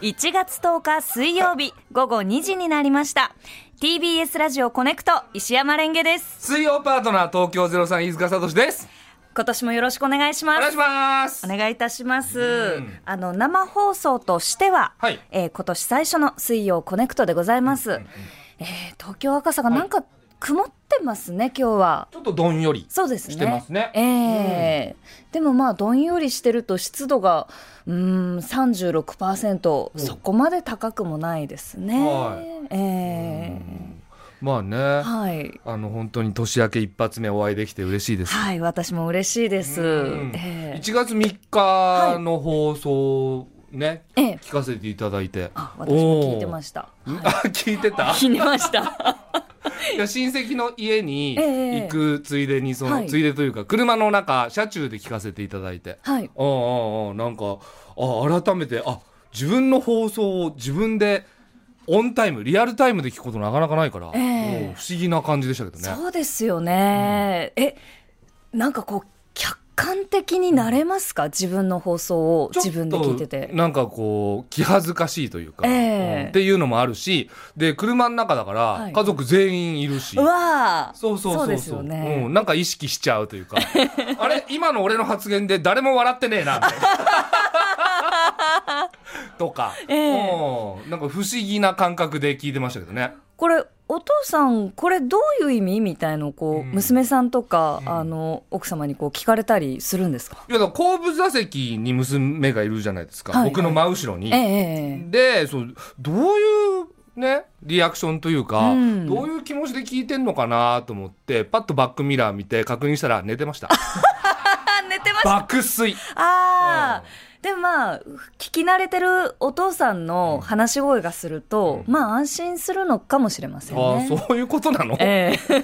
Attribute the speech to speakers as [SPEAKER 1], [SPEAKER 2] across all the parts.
[SPEAKER 1] 1月10日水曜日午後2時になりました TBS ラジオコネクト石山レンゲです
[SPEAKER 2] 水曜パートナー東京03飯塚聡です
[SPEAKER 1] 今年もよろしくお願いし
[SPEAKER 2] お
[SPEAKER 1] ま
[SPEAKER 2] 願い
[SPEAKER 1] す
[SPEAKER 2] します
[SPEAKER 1] お願いいたします
[SPEAKER 2] ん。
[SPEAKER 1] あの生放送としては、
[SPEAKER 2] はい
[SPEAKER 1] えー今年最初の水曜コネクトでございます。えー東京赤坂なんか曇ってますね、今日は。
[SPEAKER 2] ちょっとどんより
[SPEAKER 1] そうですね。
[SPEAKER 2] してますね
[SPEAKER 1] ええでもまあどんよりしてると湿度がうーん36%、そこまで高くもないですね。
[SPEAKER 2] はい
[SPEAKER 1] え
[SPEAKER 2] まあね、
[SPEAKER 1] えはい。
[SPEAKER 2] あの本当に年明け一発目お会いできて嬉しいです、
[SPEAKER 1] はい、私も嬉しいです。
[SPEAKER 2] うん
[SPEAKER 1] ええ
[SPEAKER 2] 1月3日の放送ね、
[SPEAKER 1] ええ
[SPEAKER 2] 聞かせていただいて
[SPEAKER 1] あ、私も聞いてま
[SPEAKER 2] し
[SPEAKER 1] した。
[SPEAKER 2] た、あ聞いてた
[SPEAKER 1] 聞いてました。
[SPEAKER 2] いや親戚の家に
[SPEAKER 1] ええ
[SPEAKER 2] 行くついでにその、
[SPEAKER 1] はい
[SPEAKER 2] ついでというか車の中車中で聞かせていただいて
[SPEAKER 1] はい。
[SPEAKER 2] ああああなんかあ改めてあ自分の放送を自分でオンタイムリアルタイムで聞くことなかなかないから、
[SPEAKER 1] ええ
[SPEAKER 2] もう不思議な感じでしたけどね。
[SPEAKER 1] そうですよね、えなんかこう客観的になれますか自分の放送を
[SPEAKER 2] ちょっと
[SPEAKER 1] 自分で聞いてて
[SPEAKER 2] なんかこう気恥ずかしいというか、
[SPEAKER 1] ええ
[SPEAKER 2] うんっていうのもあるしで車の中だから、
[SPEAKER 1] はい
[SPEAKER 2] 家族全員いるし
[SPEAKER 1] うわー
[SPEAKER 2] そうそうそうそう
[SPEAKER 1] ですよね、
[SPEAKER 2] うん、なんか意識しちゃうというか あれ今の俺の発言で誰も笑ってねえな みたいなとか、
[SPEAKER 1] ええ
[SPEAKER 2] うんなんか不思議な感覚で聞いてましたけどね。
[SPEAKER 1] これお父さんこれどういう意味みたいのをこう、
[SPEAKER 2] うん
[SPEAKER 1] 娘さんとか、
[SPEAKER 2] うん
[SPEAKER 1] あの奥様にこう聞かれたりするんですか、
[SPEAKER 2] いやだから後部座席に娘がいるじゃないですか、
[SPEAKER 1] はい
[SPEAKER 2] 僕の真後ろに。
[SPEAKER 1] ええええ
[SPEAKER 2] でそうどういうねリアクションというか、
[SPEAKER 1] うん
[SPEAKER 2] どういう気持ちで聞いてんのかなと思ってパッとバックミラー見て確認したら寝てました
[SPEAKER 1] あ寝てました
[SPEAKER 2] 爆睡
[SPEAKER 1] ああ、でもまあ聞き慣れてるお父さんの話し声がすると、まあ安心するのかもしれません
[SPEAKER 2] ああ
[SPEAKER 1] ね
[SPEAKER 2] そういうことなの、
[SPEAKER 1] ええ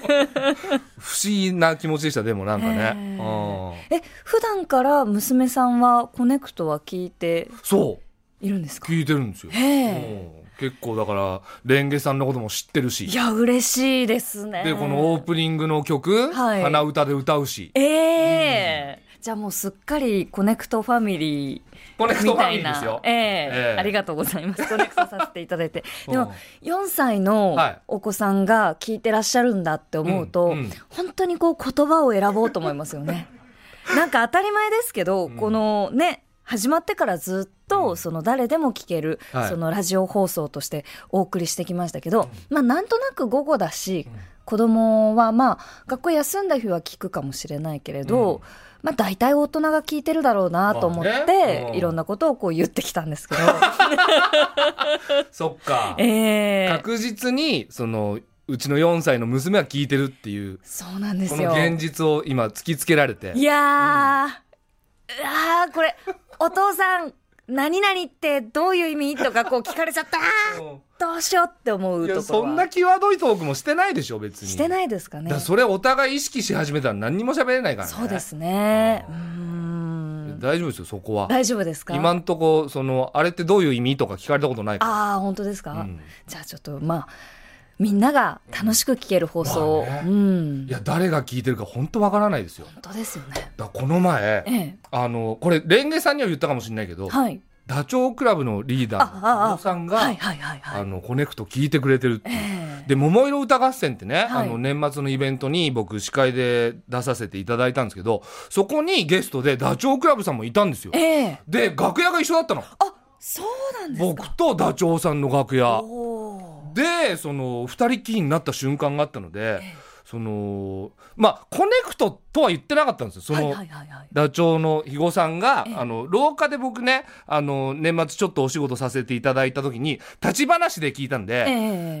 [SPEAKER 2] 不思議な気持ちでしたでもなんかね、
[SPEAKER 1] へ
[SPEAKER 2] うん
[SPEAKER 1] ええ普段から娘さんはコネクトは聞いて
[SPEAKER 2] そ
[SPEAKER 1] いるんです
[SPEAKER 2] う
[SPEAKER 1] か
[SPEAKER 2] 聞いてるんですよ、
[SPEAKER 1] へえ
[SPEAKER 2] うん結構だからレンゲさんのことも知ってるし
[SPEAKER 1] いや嬉しいですね
[SPEAKER 2] でこのオープニングの曲、
[SPEAKER 1] はい
[SPEAKER 2] 鼻歌で歌うし
[SPEAKER 1] ええじゃあもうすっかりコネクトファミリー
[SPEAKER 2] コネクト
[SPEAKER 1] み
[SPEAKER 2] ファ
[SPEAKER 1] た
[SPEAKER 2] ミ
[SPEAKER 1] い
[SPEAKER 2] リーです
[SPEAKER 1] な
[SPEAKER 2] よ、
[SPEAKER 1] ええ
[SPEAKER 2] ええ
[SPEAKER 1] ありがとうございますコネクトさせていただいて
[SPEAKER 2] うん
[SPEAKER 1] でも4歳の
[SPEAKER 2] はい
[SPEAKER 1] お子さんが聞いてらっしゃるんだって思うと、
[SPEAKER 2] うんうん
[SPEAKER 1] 本当にこう言葉を選ぼうと思いますよ ねなんか当たり前ですけど、
[SPEAKER 2] ん
[SPEAKER 1] このね始まってからずっとその誰でも聞ける、
[SPEAKER 2] はい
[SPEAKER 1] そのラジオ放送としてお送りしてきましたけど、まあなんとなく午後だし、
[SPEAKER 2] ん
[SPEAKER 1] 子供はまあ学校休んだ日は聞くかもしれないけれど、
[SPEAKER 2] うん
[SPEAKER 1] まあ大体大人が聞いてるだろうなと思って、
[SPEAKER 2] まあねうん
[SPEAKER 1] いろんなことをこう言ってきたんですけ ど、
[SPEAKER 2] そっか
[SPEAKER 1] えー、
[SPEAKER 2] 確実にそのうちの4歳の娘は聞いてるっていう
[SPEAKER 1] そうなんです
[SPEAKER 2] こ
[SPEAKER 1] よ
[SPEAKER 2] の。現実を今突きつけられて
[SPEAKER 1] いやー、うわーこれ、お父さん、何々ってどういう意味とかこう聞かれちゃ った、あ
[SPEAKER 2] うん
[SPEAKER 1] ーどうしようって思う
[SPEAKER 2] いや
[SPEAKER 1] ところ
[SPEAKER 2] そんな
[SPEAKER 1] は。
[SPEAKER 2] 際どいトークもしてないでしょ別に
[SPEAKER 1] して
[SPEAKER 2] い
[SPEAKER 1] ないですかね。
[SPEAKER 2] それお互い意識し始めたら何にも喋れないからね
[SPEAKER 1] そうですね。う
[SPEAKER 2] う
[SPEAKER 1] ーん。
[SPEAKER 2] 大丈夫ですよそこは
[SPEAKER 1] 大丈夫ですか
[SPEAKER 2] 今んとこそのあれってどういう意味とか聞かれたことないか
[SPEAKER 1] ああ、本当ですか、
[SPEAKER 2] ら、うん
[SPEAKER 1] じゃあちょっと、まあ、みんなが楽しく聞ける放送を。
[SPEAKER 2] まあね
[SPEAKER 1] うん
[SPEAKER 2] い。や誰が聞いてるか本当わからないですよ
[SPEAKER 1] 本当ですよね。
[SPEAKER 2] だからこの前
[SPEAKER 1] ええ。
[SPEAKER 2] あのこれレンゲさんには言ったかもしれないけど
[SPEAKER 1] はい。
[SPEAKER 2] ダチョウ倶楽部のリーダー
[SPEAKER 1] あああ
[SPEAKER 2] のお父さんが、
[SPEAKER 1] はいはいはいは
[SPEAKER 2] あ
[SPEAKER 1] い。
[SPEAKER 2] のコネクト聞いてくれてるって
[SPEAKER 1] え
[SPEAKER 2] いう
[SPEAKER 1] え。
[SPEAKER 2] で「桃色歌合戦」ってね、
[SPEAKER 1] はい
[SPEAKER 2] あの年末のイベントに僕司会で出させていただいたんですけどそこにゲストでダチョウ倶楽部さんもいたんですよ
[SPEAKER 1] ええ。
[SPEAKER 2] で楽屋が一緒だったの
[SPEAKER 1] あ、そうなんですか
[SPEAKER 2] 僕とダチョウさんの楽屋
[SPEAKER 1] おー
[SPEAKER 2] でその二人きりになった瞬間があったのでそのまあコネクトとは言ってなかったんですよその、
[SPEAKER 1] はいはいはいはい。
[SPEAKER 2] ダチョウの肥後さんが
[SPEAKER 1] ええ、
[SPEAKER 2] あの、廊下で僕ね、あの、年末ちょっとお仕事させていただいた時に、立ち話で聞いたんで、
[SPEAKER 1] え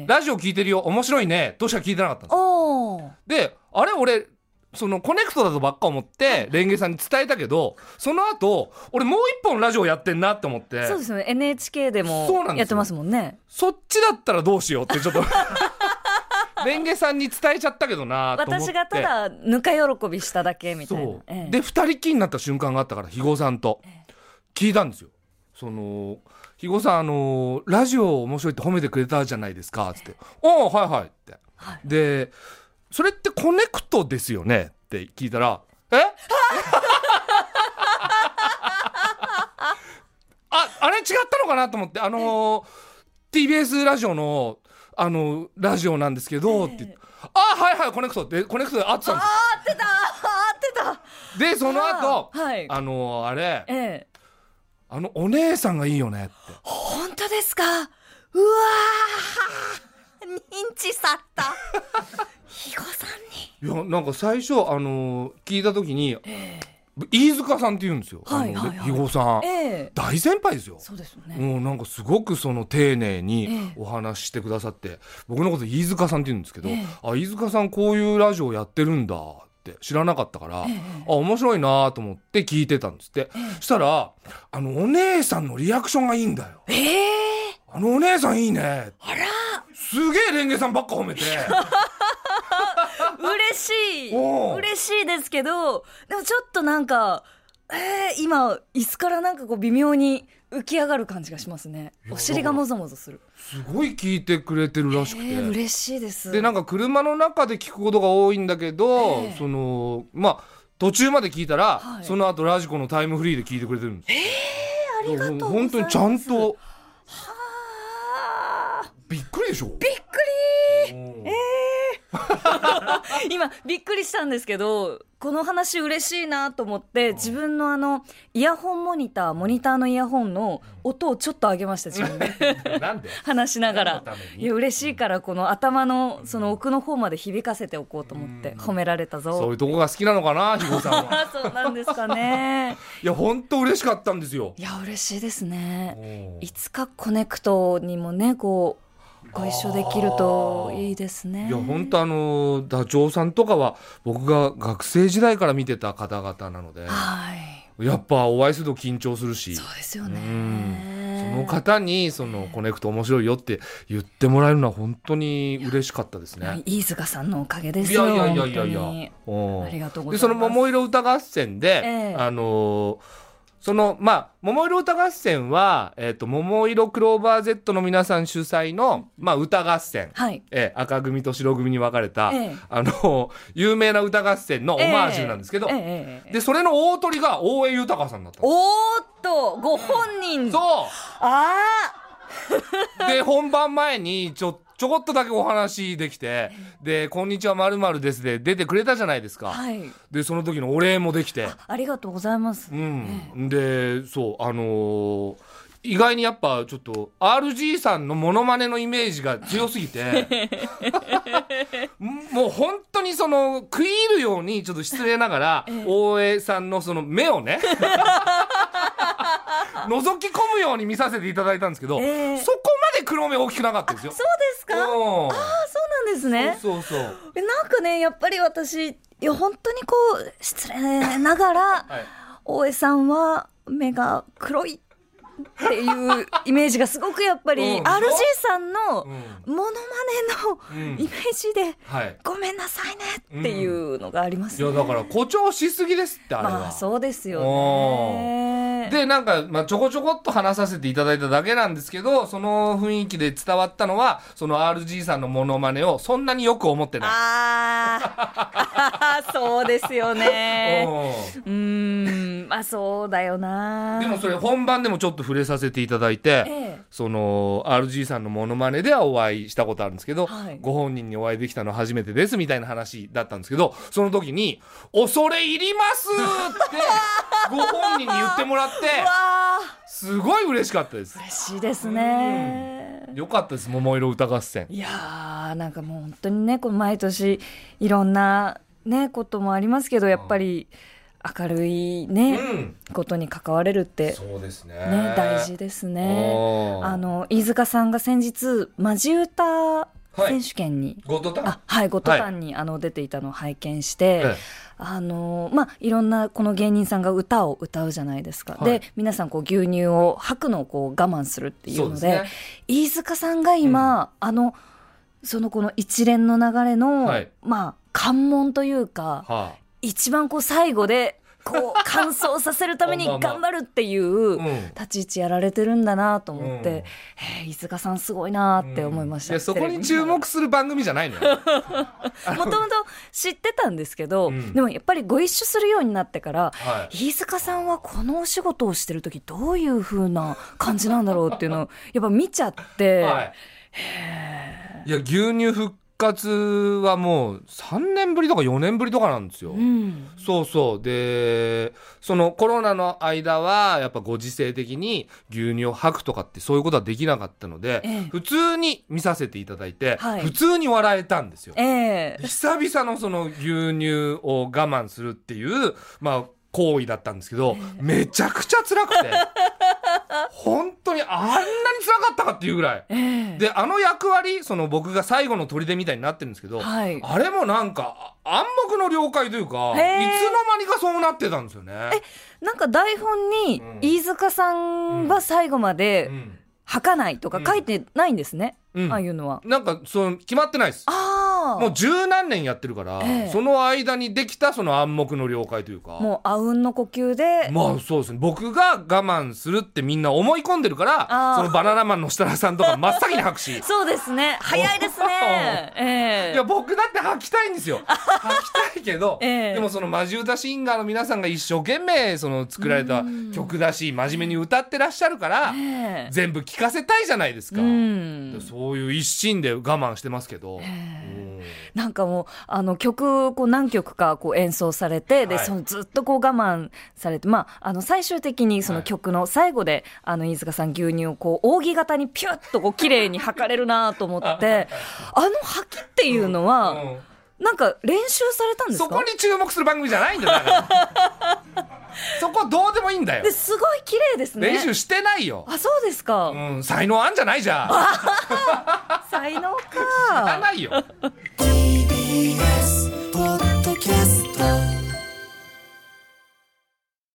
[SPEAKER 1] え
[SPEAKER 2] ラジオ聞いてるよ、面白いね、としか聞いてなかったんですよ
[SPEAKER 1] おー
[SPEAKER 2] で、あれ俺、そのコネクトだとばっか思って、レンゲさんに伝えたけど、その後、俺もう一本ラジオやってんなって思って、
[SPEAKER 1] そうですよね NHK でも
[SPEAKER 2] そうなんですよ
[SPEAKER 1] やってますもんね
[SPEAKER 2] そっちだったらどうしようってちょっと。 レンゲさんに伝えちゃったけどなと思って
[SPEAKER 1] 私がただぬか喜びしただけみたいな
[SPEAKER 2] そう、
[SPEAKER 1] ええ
[SPEAKER 2] で二人きりになった瞬間があったから肥後さんと聞いたんですよその肥後さんあのラジオ面白いって褒めてくれたじゃないですかつって「おおはいはい」って、
[SPEAKER 1] はい
[SPEAKER 2] で「それってコネクトですよね?」って聞いたら「え ああれ違ったののかなと思って、あのー、TBS ラジオの、あのーラジオなんですけど、って言って、あ、はいはい、コネクトって、コネクトで会ってたん
[SPEAKER 1] あ
[SPEAKER 2] で
[SPEAKER 1] ーってたあーってた
[SPEAKER 2] すよ。で、その後、
[SPEAKER 1] あーはい
[SPEAKER 2] あのーあれ、
[SPEAKER 1] ええ
[SPEAKER 2] あの、お姉さんがいいよねって。
[SPEAKER 1] 本当ですかうわー認知さ った肥後さんに
[SPEAKER 2] いやなんか最初あのー聞いた時に、飯塚さんって言うんですよ、
[SPEAKER 1] はいはいはい
[SPEAKER 2] あの肥後さん、
[SPEAKER 1] ええ
[SPEAKER 2] 大先輩ですよ
[SPEAKER 1] そうですよね
[SPEAKER 2] もうなんかすごくその丁寧に
[SPEAKER 1] ええ
[SPEAKER 2] お話ししてくださって、僕のこと飯塚さんって言うんですけど、
[SPEAKER 1] ええ
[SPEAKER 2] あ飯塚さんこういうラジオやってるんだって知らなかったから、
[SPEAKER 1] ええ
[SPEAKER 2] あ面白いなと思って聞いてたんですって、そしたらあのお姉さんのリアクションがいいんだよ
[SPEAKER 1] ええ
[SPEAKER 2] あのお姉さんいいね
[SPEAKER 1] あら
[SPEAKER 2] すげえレンゲさんばっか褒めて
[SPEAKER 1] 嬉しい
[SPEAKER 2] おう
[SPEAKER 1] 嬉しいですけどでもちょっとなんか、えー、今椅子からなんかこう微妙に浮き上がる感じがしますね
[SPEAKER 2] いや
[SPEAKER 1] お尻がもぞもぞする、
[SPEAKER 2] すごい聞いてくれてるらし
[SPEAKER 1] え
[SPEAKER 2] くて、
[SPEAKER 1] ー、嬉しいです
[SPEAKER 2] でなんか車の中で聞くことが多いんだけど、
[SPEAKER 1] ええ
[SPEAKER 2] そのまあ途中まで聞いたら、
[SPEAKER 1] はい
[SPEAKER 2] その後ラジコのタイムフリーで聞いてくれてるんですよ。
[SPEAKER 1] あ
[SPEAKER 2] え
[SPEAKER 1] りがとうございます
[SPEAKER 2] 本当にちゃんと
[SPEAKER 1] は
[SPEAKER 2] びっくりでしょ。びっくり。
[SPEAKER 1] ー今びっくりしたんですけどこの話嬉しいなと思って自分のあのイヤホンモニターモニターのイヤホンの音をちょっと上げ ました自分で
[SPEAKER 2] なんで。
[SPEAKER 1] 話しながら
[SPEAKER 2] 何のために
[SPEAKER 1] いや嬉しいからこの頭のその奥の方まで響かせておこうと思って褒められたぞ
[SPEAKER 2] そういうとこが好きなのかな、ひごさ んは。
[SPEAKER 1] あそうなんですかね。
[SPEAKER 2] いや、本当嬉しかったんですよ
[SPEAKER 1] い。や、嬉しいですね。
[SPEAKER 2] うん
[SPEAKER 1] いつかコネクトにもね、こう、ご一緒できるといいですね。
[SPEAKER 2] いや本当あのダチョウさんとかは僕が学生時代から見てた方々なので
[SPEAKER 1] はい。
[SPEAKER 2] やっぱお会いすると緊張するし
[SPEAKER 1] そうですよ
[SPEAKER 2] うんその
[SPEAKER 1] ね。
[SPEAKER 2] 方にそのコネクト面白いよって言ってもらえるのは本当に嬉しかったですね。
[SPEAKER 1] 飯塚さんのおかげで
[SPEAKER 2] い
[SPEAKER 1] す
[SPEAKER 2] や
[SPEAKER 1] よ。
[SPEAKER 2] いやいやいやいや
[SPEAKER 1] 本当に。
[SPEAKER 2] うん
[SPEAKER 1] ありがとうございま
[SPEAKER 2] で
[SPEAKER 1] す。
[SPEAKER 2] その桃色歌合戦で、
[SPEAKER 1] ええ
[SPEAKER 2] あのーそのまあ桃色歌合戦はえっ、と桃色クローバー Z の皆さん主催のまあ歌合戦。
[SPEAKER 1] はい。
[SPEAKER 2] ええ赤組と白組に分かれた、
[SPEAKER 1] ええ
[SPEAKER 2] あの有名な歌合戦のオマージュなんですけど、
[SPEAKER 1] ええええええ
[SPEAKER 2] でそれの大鳥が大江豊さんだったの
[SPEAKER 1] おーっと、ご本人。
[SPEAKER 2] そう
[SPEAKER 1] あ
[SPEAKER 2] で本番前にちょちょこっとだけお話できて「でこんにちはまるまるです」で出てくれたじゃないですか、
[SPEAKER 1] あ。はい。
[SPEAKER 2] でその時のお礼もできて
[SPEAKER 1] ありがとうございます
[SPEAKER 2] う。んでそうあのー意外にやっぱちょっと RG さんのモノマネのイメージが強すぎて もう本当にその食い入るようにちょっと失礼ながら大江さんのその目 をね覗き込むように見させていただいたんですけど、
[SPEAKER 1] ええ
[SPEAKER 2] そこまで黒目大きくなかったですよ
[SPEAKER 1] そう。ですかあそう
[SPEAKER 2] うん
[SPEAKER 1] なんですね。
[SPEAKER 2] そうそうそう。
[SPEAKER 1] えなんかねやっぱり私いや本当にこう失礼ながら、
[SPEAKER 2] はい。
[SPEAKER 1] 大江さんは目が黒いっていうイメージがすごくやっぱり、
[SPEAKER 2] うん
[SPEAKER 1] RG さんのモノマネ
[SPEAKER 2] うん
[SPEAKER 1] のイメージで、
[SPEAKER 2] はい。
[SPEAKER 1] ごめんなさいねっていうのがあります
[SPEAKER 2] い
[SPEAKER 1] ね。
[SPEAKER 2] やだから誇張しすぎですってあれは。
[SPEAKER 1] まあそうですよ
[SPEAKER 2] お
[SPEAKER 1] ね。
[SPEAKER 2] でなんか、まあ、ちょこちょこっと話させていただいただけなんですけどその雰囲気で伝わったのはその RG さんのモノマネをそんなによく思ってない。
[SPEAKER 1] あーあー そうですよね。
[SPEAKER 2] う
[SPEAKER 1] うー
[SPEAKER 2] ん
[SPEAKER 1] んまあそうだよな。
[SPEAKER 2] でもそれ本番でもちょっと触れさせていただいて、
[SPEAKER 1] ええ
[SPEAKER 2] その RG さんのモノマネではお会いしたことあるんですけど、
[SPEAKER 1] はい
[SPEAKER 2] ご本人にお会いできたのは初めてですみたいな話だったんですけどその時に「恐れ入ります!」って ご本人に言ってもらって
[SPEAKER 1] わあ。
[SPEAKER 2] すごい嬉しかったです。
[SPEAKER 1] 嬉しいですね。
[SPEAKER 2] よかったです桃色歌合戦。
[SPEAKER 1] いやーなんかもう本当にねこう毎年いろんなねこともありますけどやっぱり明るいね、
[SPEAKER 2] うん
[SPEAKER 1] ことに関われるってね
[SPEAKER 2] そうですね。
[SPEAKER 1] 大事ですね。
[SPEAKER 2] おー
[SPEAKER 1] あの飯塚さんが先日マジ歌選手権に、
[SPEAKER 2] ゴッドタン
[SPEAKER 1] あはいゴッドタンに、あの出ていたのを拝見して、
[SPEAKER 2] ええ
[SPEAKER 1] あのまあいろんなこの芸人さんが歌を歌うじゃないですか、
[SPEAKER 2] はい
[SPEAKER 1] で皆さんこう牛乳を吐くのをこう我慢するっていうので
[SPEAKER 2] そうですね
[SPEAKER 1] 飯塚さんが今、あのそのこの一連の流れの、
[SPEAKER 2] はい
[SPEAKER 1] まあ関門というか
[SPEAKER 2] は
[SPEAKER 1] 一番こう最後でこう乾燥させるために
[SPEAKER 2] まあまあ
[SPEAKER 1] 頑張るっていうう
[SPEAKER 2] うん
[SPEAKER 1] 立ち位置やられてるんだなと思っ
[SPEAKER 2] うん
[SPEAKER 1] て、へえ飯塚さんすごいなって思いました、
[SPEAKER 2] やそこに
[SPEAKER 1] テレビ見な
[SPEAKER 2] 注
[SPEAKER 1] がら
[SPEAKER 2] 目する番組じゃないのよ。
[SPEAKER 1] もともと知ってたんですけど、
[SPEAKER 2] うん
[SPEAKER 1] でもやっぱりご一緒するようになってから、
[SPEAKER 2] は
[SPEAKER 1] 飯塚さんはこのお仕事をしてる時どういう風な感じなんだろうっていうのをやっぱ見ちゃって、
[SPEAKER 2] い。いや牛乳復活はもう3年ぶりとか4年ぶりとかなんですよ。
[SPEAKER 1] うん、
[SPEAKER 2] そうそうでそのコロナの間はやっぱご時世的に牛乳を吐くとかってそういうことはできなかったので、
[SPEAKER 1] ええ
[SPEAKER 2] 普通に見させていただいて、
[SPEAKER 1] はい
[SPEAKER 2] 普通に笑えたんですよ。
[SPEAKER 1] ええ
[SPEAKER 2] 久々のその牛乳を我慢するっていう、まあ、行為だったんですけど、めちゃくちゃ辛くて、 本当にあんなに辛かったかっていうぐらい。
[SPEAKER 1] ええ
[SPEAKER 2] で、あの役割、その僕が最後の砦みたいになってるんですけど、
[SPEAKER 1] はい
[SPEAKER 2] あれもなんかあ暗黙の了解というか、いつの
[SPEAKER 1] へー
[SPEAKER 2] 間にかそうなってたんですよね。
[SPEAKER 1] なんか台本に
[SPEAKER 2] うん
[SPEAKER 1] 飯塚さんは最後ま
[SPEAKER 2] う
[SPEAKER 1] で
[SPEAKER 2] ん
[SPEAKER 1] 吐かないとか書いてないんですね、
[SPEAKER 2] うん
[SPEAKER 1] ああいうのは。
[SPEAKER 2] なんかその決まってないです。
[SPEAKER 1] ああ
[SPEAKER 2] もう十何年やってるから、
[SPEAKER 1] ええ
[SPEAKER 2] その間にできたその暗黙の了解というか。
[SPEAKER 1] もうあうんの呼吸で、
[SPEAKER 2] まあそうですね僕が我慢するってみんな思い込んでるから
[SPEAKER 1] あー
[SPEAKER 2] そのバナナマンの設楽さんとか真っ先 に拍手い
[SPEAKER 1] そうですね早いですね。ええ
[SPEAKER 2] や僕だって吐きたいんですよ吐きたいけど、
[SPEAKER 1] ええ
[SPEAKER 2] でもそのマジ歌シンガーの皆さんが一生懸命その作られた曲だし真面目に歌ってらっしゃるから
[SPEAKER 1] ええ
[SPEAKER 2] 全部聴かせたいじゃないですか、
[SPEAKER 1] うん
[SPEAKER 2] そういう一心で我慢してますけど、うん
[SPEAKER 1] なんかもうあの曲こう何曲かこう演奏されてで、
[SPEAKER 2] はい
[SPEAKER 1] そのずっとこう我慢されて、まあ、あの最終的にその曲の最後で、あの飯塚さん牛乳をこう扇形にピュッとこう綺麗に吐かれるなと思ってあの吐きっていうのは、
[SPEAKER 2] うん
[SPEAKER 1] なんか練習されたんです
[SPEAKER 2] そ
[SPEAKER 1] か
[SPEAKER 2] こに注目する番組じゃないんだよだから そこどうでもいいんだよ
[SPEAKER 1] ですごい綺麗ですね
[SPEAKER 2] 練習してないよ
[SPEAKER 1] あそうですか、
[SPEAKER 2] うん、才能あんじゃないじゃん。
[SPEAKER 1] 才能
[SPEAKER 2] あ
[SPEAKER 1] か
[SPEAKER 2] ないよ。
[SPEAKER 3] TBS